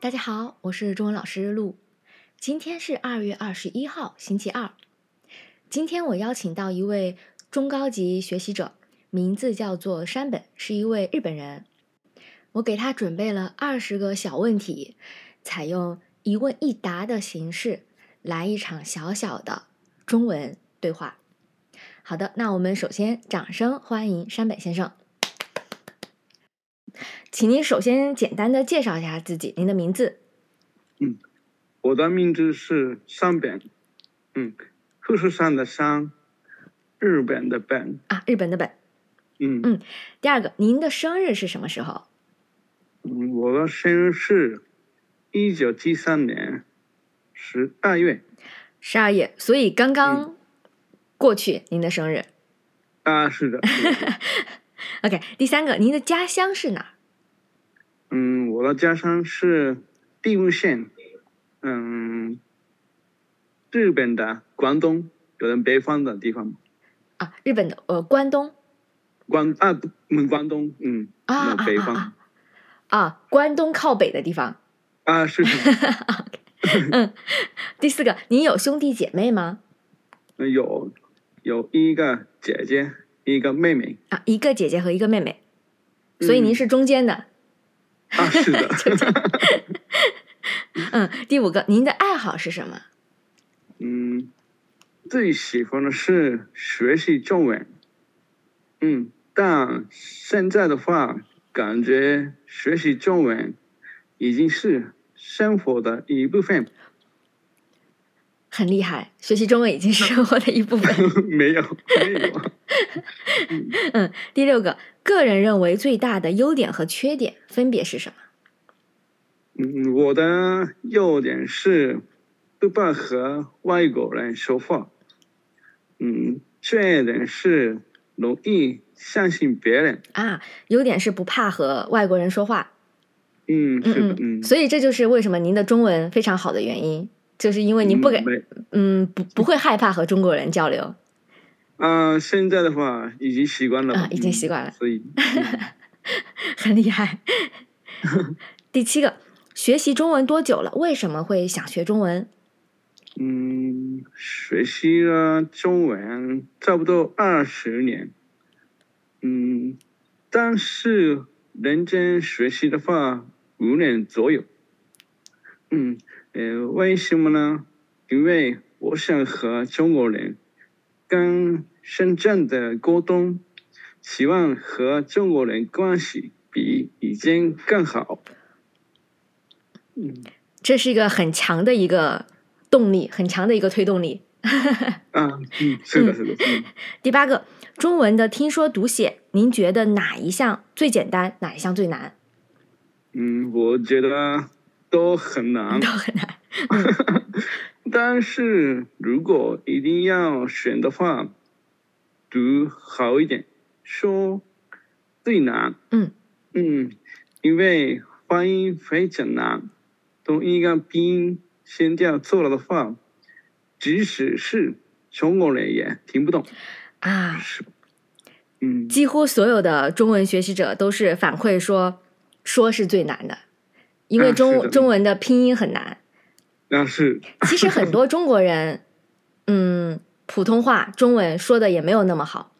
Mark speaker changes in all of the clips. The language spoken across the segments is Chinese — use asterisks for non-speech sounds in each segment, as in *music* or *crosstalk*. Speaker 1: 大家好，我是中文老师陆。今天是二月二十一号，星期二。今天我邀请到一位中高级学习者，名字叫做山本，是一位日本人。我给他准备了二十个小问题，采用一问一答的形式，来一场小小的中文对话。好的，那我们首先掌声欢迎山本先生。请您首先简单的介绍一下自己，您的名字。
Speaker 2: 我的名字是山本，嗯，富士山的山，日本的本，
Speaker 1: 啊，日本的本。
Speaker 2: 嗯
Speaker 1: 嗯第二个，您的生日是什么时候？
Speaker 2: 嗯，我的生日是一九七三年十二月，
Speaker 1: 十二月，所以刚刚
Speaker 2: 嗯
Speaker 1: 过去、您的生日。
Speaker 2: 啊，是的，是的
Speaker 1: OK，第三个，您的家乡是哪儿？
Speaker 2: 嗯，我的家乡是地物县，嗯，日本的广东，有点北方的地方，
Speaker 1: 啊，日本的呃关东
Speaker 2: 广啊，不嗯，广东，嗯，
Speaker 1: 啊
Speaker 2: 那
Speaker 1: 啊
Speaker 2: 北
Speaker 1: 啊
Speaker 2: 方
Speaker 1: 啊啊，关东靠北的地方。
Speaker 2: 啊，是的，
Speaker 1: 第四个，您有兄弟姐妹吗？
Speaker 2: 嗯有有一个姐姐，一个妹妹，
Speaker 1: 啊，一个姐姐和一个妹妹，所以您
Speaker 2: 嗯
Speaker 1: 是中间
Speaker 2: *laughs*
Speaker 1: 的。
Speaker 2: 啊，是的。
Speaker 1: 嗯，第五个，您的爱好是什么？
Speaker 2: 嗯，最喜欢的是学习中文。嗯，但现在的话，感觉学习中文已经是生活的一部分。 *laughs*
Speaker 1: 很厉害，学习中文已经是生活的一部
Speaker 2: *laughs*
Speaker 1: 分。
Speaker 2: 没有，没有。
Speaker 1: 嗯，第六个，个人认为最大的优点和缺点分别是什么？
Speaker 2: 嗯，我的优点是不怕和外国人说话。嗯，缺点是容易相信别人。
Speaker 1: 啊，优点是不怕和外国人说话，
Speaker 2: 嗯，是
Speaker 1: 嗯
Speaker 2: 的，嗯。
Speaker 1: 所以这就是为什么您的中文非常好的原因，就是因为您不给
Speaker 2: 嗯没
Speaker 1: 嗯不不会害怕和中国人交流 *laughs*
Speaker 2: 啊、现在的话已经习惯了吧
Speaker 1: 啊，已经习惯了
Speaker 2: 嗯，所以、嗯
Speaker 1: 很厉
Speaker 2: *laughs*
Speaker 1: 害。第七个，学习中文多久了？为什么会想学中文？
Speaker 2: 嗯，学习了中文差不多二十年，嗯，但是认真学习的话五年左右，嗯，呃，为什么呢？因为我想和中国人跟深圳的沟通，希望和中国人关系比以前更好。嗯。
Speaker 1: 这是一个很强的一个动力，很强的一个推动力。
Speaker 2: 啊，嗯，是的，是的，嗯
Speaker 1: 第八个，中文的听说读写，您觉得哪一项最简单，哪一项最难？
Speaker 2: 嗯，我觉得都很难
Speaker 1: 都，很难。嗯
Speaker 2: *laughs* 但是如果一定要选的话，读好一点，说最难，
Speaker 1: 嗯
Speaker 2: 嗯，因为发音非常难，同一个拼音声调错了的话，即使是中国人也听不懂，
Speaker 1: 啊，
Speaker 2: 是，嗯，
Speaker 1: 几乎所有的中文学习者都是反馈说，说是最难的，因为
Speaker 2: 嗯
Speaker 1: 中、
Speaker 2: 是的
Speaker 1: 中文的拼音很难。
Speaker 2: 那是
Speaker 1: 其实很多中国人， *laughs* 嗯，普通话、中文说的也没有那么好，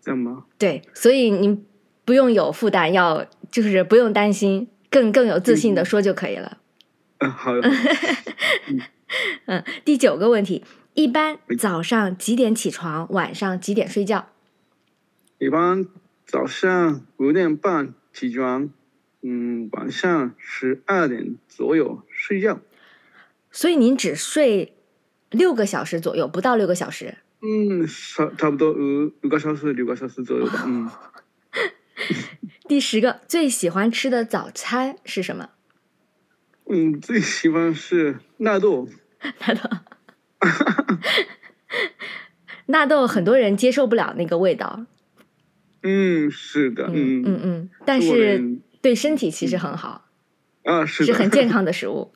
Speaker 2: 怎么？
Speaker 1: 对，所以您不用有负担，要就是不用担心，更更有自信的
Speaker 2: 嗯
Speaker 1: 说就可以了。
Speaker 2: 啊，好， *laughs*
Speaker 1: 嗯，第九个问题，一般早上几点起床，晚上几点睡觉？
Speaker 2: 一般早上五点半起床，嗯，晚上十二点左右睡觉。
Speaker 1: 所以您只睡六个小时左右，不到六个小时。
Speaker 2: 嗯，差差不多五五个小时、六个小时左
Speaker 1: *laughs*
Speaker 2: 右吧。嗯，
Speaker 1: 第十个，最喜欢吃的早餐是什么？ *laughs*
Speaker 2: 嗯，最喜欢是纳豆。
Speaker 1: 纳豆很多人接受不了那个味道，
Speaker 2: 嗯，是的，
Speaker 1: 嗯嗯
Speaker 2: 嗯
Speaker 1: 嗯，但
Speaker 2: 中国
Speaker 1: 是
Speaker 2: 人
Speaker 1: 对身体其实很好，
Speaker 2: 啊，是
Speaker 1: 是
Speaker 2: 的，
Speaker 1: 很健
Speaker 2: *laughs*
Speaker 1: 康的食物。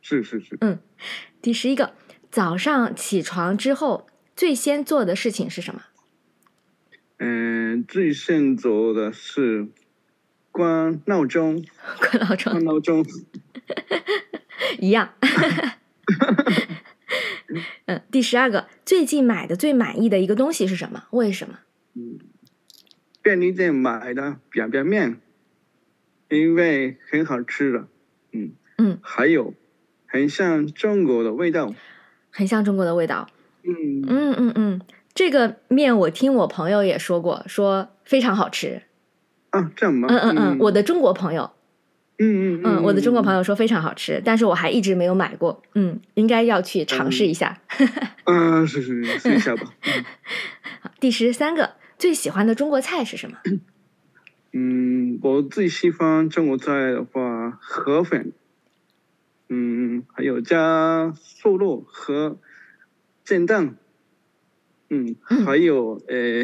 Speaker 2: 是是是，
Speaker 1: 第十一个，早上起床之后最先做的事情是什么？
Speaker 2: 嗯、最先做的是关闹钟，
Speaker 1: 关老钟
Speaker 2: 关闹钟，
Speaker 1: 一样。 *laughs* 嗯，第十二个，最近买的最满意的一个东西是什么？为什么？
Speaker 2: 便利店买的扁扁面，因为很好吃的，嗯
Speaker 1: 嗯，
Speaker 2: 还有很像中国的味道，
Speaker 1: 很像中国的味道。
Speaker 2: 嗯，
Speaker 1: 嗯嗯嗯，这个面我听我朋友也说过，说非常好吃。
Speaker 2: 啊，这样吗？
Speaker 1: 嗯嗯嗯，我的
Speaker 2: 的，
Speaker 1: 中国朋友，
Speaker 2: 嗯嗯
Speaker 1: 嗯，我的中国朋
Speaker 2: 友，
Speaker 1: 友说非常好吃，但是我还一直没有买过。嗯，应该要去尝试一下。
Speaker 2: 嗯，是
Speaker 1: *laughs*
Speaker 2: 是是，试一下吧。
Speaker 1: 第十三个，最喜欢的中国菜是什么？ *laughs*
Speaker 2: 嗯，我最喜欢中国菜的话，河粉，嗯，还有加瘦肉和煎蛋，嗯，
Speaker 1: 嗯
Speaker 2: 还有呃，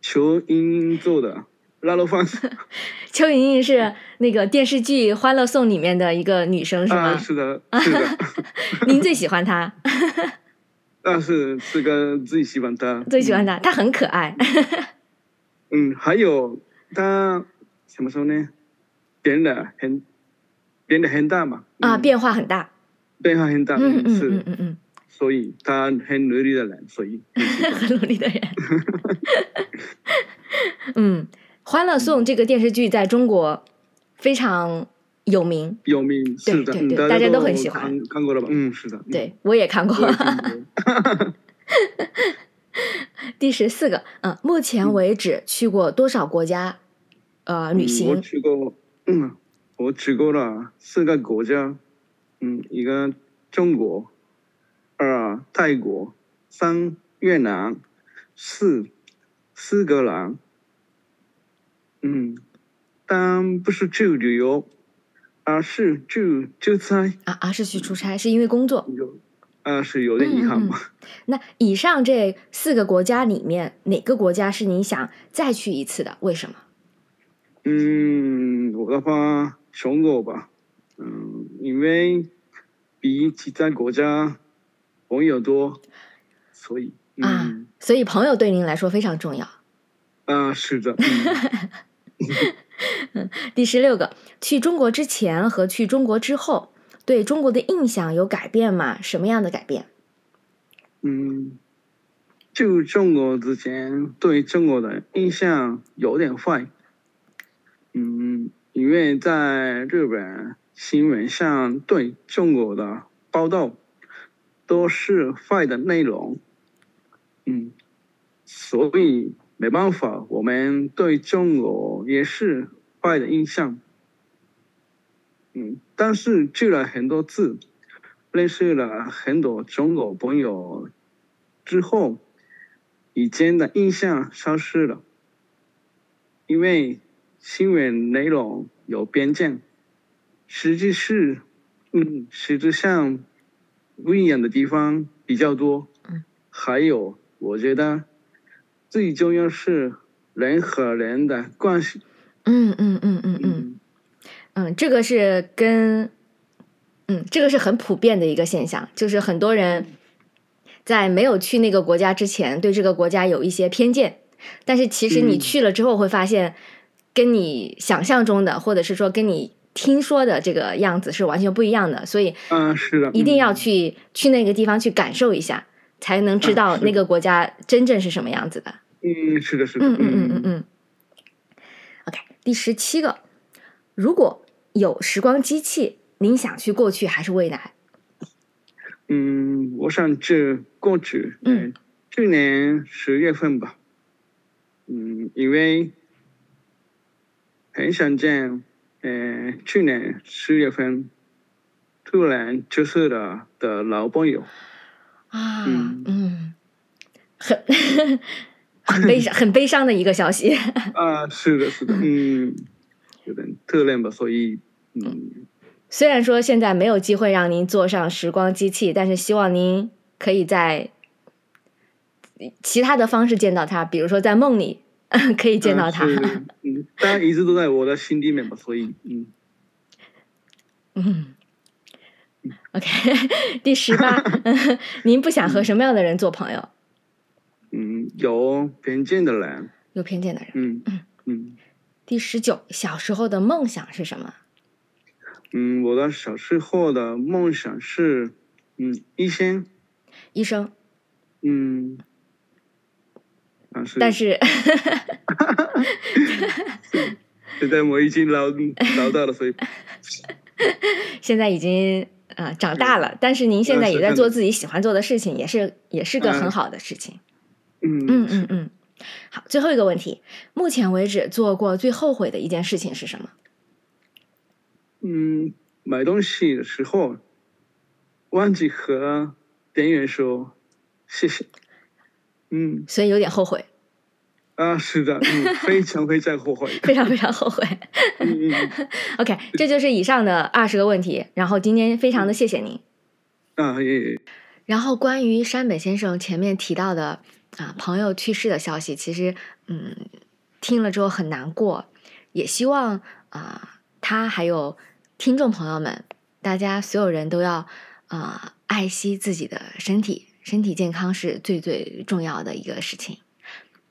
Speaker 2: 球鹰做的腊肉饭
Speaker 1: 邱莹莹是那个电视剧《欢乐颂》里面的一个女生是
Speaker 2: 啊，
Speaker 1: 吗？
Speaker 2: 是的，是的，
Speaker 1: 您最喜欢她， *laughs*
Speaker 2: 但是这个最喜欢它，
Speaker 1: 最喜欢她，她很可爱。
Speaker 2: 嗯，还有它怎么说呢？变得很变得很大嘛，
Speaker 1: 啊，
Speaker 2: 嗯
Speaker 1: 变化很大。
Speaker 2: 变化很大，
Speaker 1: 嗯嗯
Speaker 2: 是的
Speaker 1: 嗯嗯嗯，
Speaker 2: 所以他很努力的人，所以很喜欢
Speaker 1: *laughs* 很努力的人。嗯，《欢乐颂》这个电视剧在中国非常有名，
Speaker 2: 有名是的，
Speaker 1: 对
Speaker 2: 嗯
Speaker 1: 对
Speaker 2: 大
Speaker 1: 大家
Speaker 2: 都
Speaker 1: 都很喜欢
Speaker 2: 看看过了吧？嗯，是的，嗯，
Speaker 1: 对我也看过
Speaker 2: 我。也看过
Speaker 1: *laughs* 第十四个，嗯，目前为止去过多少国家？呃，旅
Speaker 2: 嗯我
Speaker 1: 行
Speaker 2: 去过，嗯，我去过了四个国家，嗯，一个中国，二啊泰国，三越南，四四个兰，嗯，但不是去旅游，而是去出差，
Speaker 1: 啊啊，是去出差，是因为工作。
Speaker 2: 有，啊，是有点遗憾
Speaker 1: 嗯嗯
Speaker 2: 嘛。
Speaker 1: 那以上这四个国家里面，哪个国家是你想再去一次的？为什么？
Speaker 2: 嗯，我的话，中国吧，嗯，因为比其他国家朋友多，所以，
Speaker 1: 啊
Speaker 2: 嗯，
Speaker 1: 所以朋友对您来说非常重要。
Speaker 2: 啊，是的，嗯
Speaker 1: 第十六个，去中国之前和去中国之后，对中国的印象有改变吗？什么样的改变？
Speaker 2: 嗯，就中国之前对中国的印象有点坏，嗯，因为在日本新闻上对中国的报道都是坏的内容，嗯，所以没办法，我们对中国也是坏的印象，嗯，但是去了很多次，认识了很多中国朋友之后，以前的印象消失了，因为新闻内容有边界，实际是，嗯，实质上不一样的地方比较多
Speaker 1: 嗯。
Speaker 2: 还有，我觉得最重要是人和人的关系。
Speaker 1: 嗯嗯嗯嗯嗯嗯，这个是跟，嗯，这个是很普遍的一个现象，就是很多人在没有去那个国家之前，对这个国家有一些偏见，但是其实你
Speaker 2: 嗯
Speaker 1: 去了之后会发现，跟你想象中的，或者是说跟你听说的这个样子是完全不一样的，所以
Speaker 2: 嗯，啊，是的，
Speaker 1: 一定要
Speaker 2: 嗯
Speaker 1: 去、去那个地方去感受一下，才能知
Speaker 2: 啊
Speaker 1: 道
Speaker 2: 是
Speaker 1: 那个国家真正是什么样子的。
Speaker 2: 嗯，是的，是的，
Speaker 1: 嗯嗯嗯嗯嗯。OK，第十七个，如果有时光机器，您想去过去还是未来？
Speaker 2: 嗯，我想这过去，
Speaker 1: 嗯
Speaker 2: 嗯，去年十月份吧，嗯，因为很想见，呃，去年十月份突然去世的的老朋友，
Speaker 1: 啊
Speaker 2: 嗯
Speaker 1: 嗯，很 *laughs* 很悲伤，很悲伤的一个消息。
Speaker 2: 啊，是的，是的，嗯，有点特恋吧，所以，嗯，
Speaker 1: 虽然说现在没有机会让您坐上时光机器，但是希望您可以在其他的方式见到他，比如说在梦里 *laughs* 可以见
Speaker 2: 啊
Speaker 1: 到他。
Speaker 2: 是
Speaker 1: *laughs*
Speaker 2: 嗯，他一直都在我的心里面吧，所以，嗯，
Speaker 1: 嗯，OK，第 *laughs* 十八，您不想和什么样的人做朋友？
Speaker 2: 嗯，有偏见的人，
Speaker 1: 有偏见的人，
Speaker 2: 嗯嗯，
Speaker 1: 第十九，小时候的梦想是什么？
Speaker 2: 嗯，我的小时候的梦想是，嗯，医生，
Speaker 1: 医生，
Speaker 2: 嗯，但是
Speaker 1: 但是 *laughs*
Speaker 2: 现在我已经老老大了，所 *laughs* 以
Speaker 1: 现在已经啊、呃长大了，呃但是您现在也在呃做自己喜欢做的事情，也是也是个很
Speaker 2: 嗯
Speaker 1: 好的事情。嗯
Speaker 2: 嗯，
Speaker 1: 嗯嗯。好，最后一个问题，目前为止做过最后悔的一件事情是什么？
Speaker 2: 嗯，买东西的时候忘记和店员说谢谢，嗯
Speaker 1: 所以有点后悔，
Speaker 2: 啊，是的， *laughs* 嗯，非常非常后悔，
Speaker 1: 非常非常后悔。
Speaker 2: 嗯嗯
Speaker 1: OK，这就是以上的二十个问题。然后今天非常的谢谢您。
Speaker 2: 嗯啊也
Speaker 1: 然后关于山本先生前面提到的啊朋友去世的消息，其实嗯听了之后很难过，也希望啊、他还有听众朋友们，大家所有人都要啊、爱惜自己的身体，身体健康是最最重要的一个事情。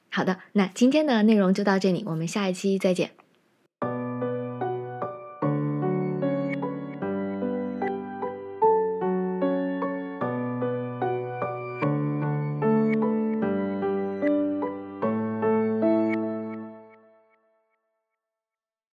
Speaker 1: 好的，那今天的内容就到这里，我们下一期再见，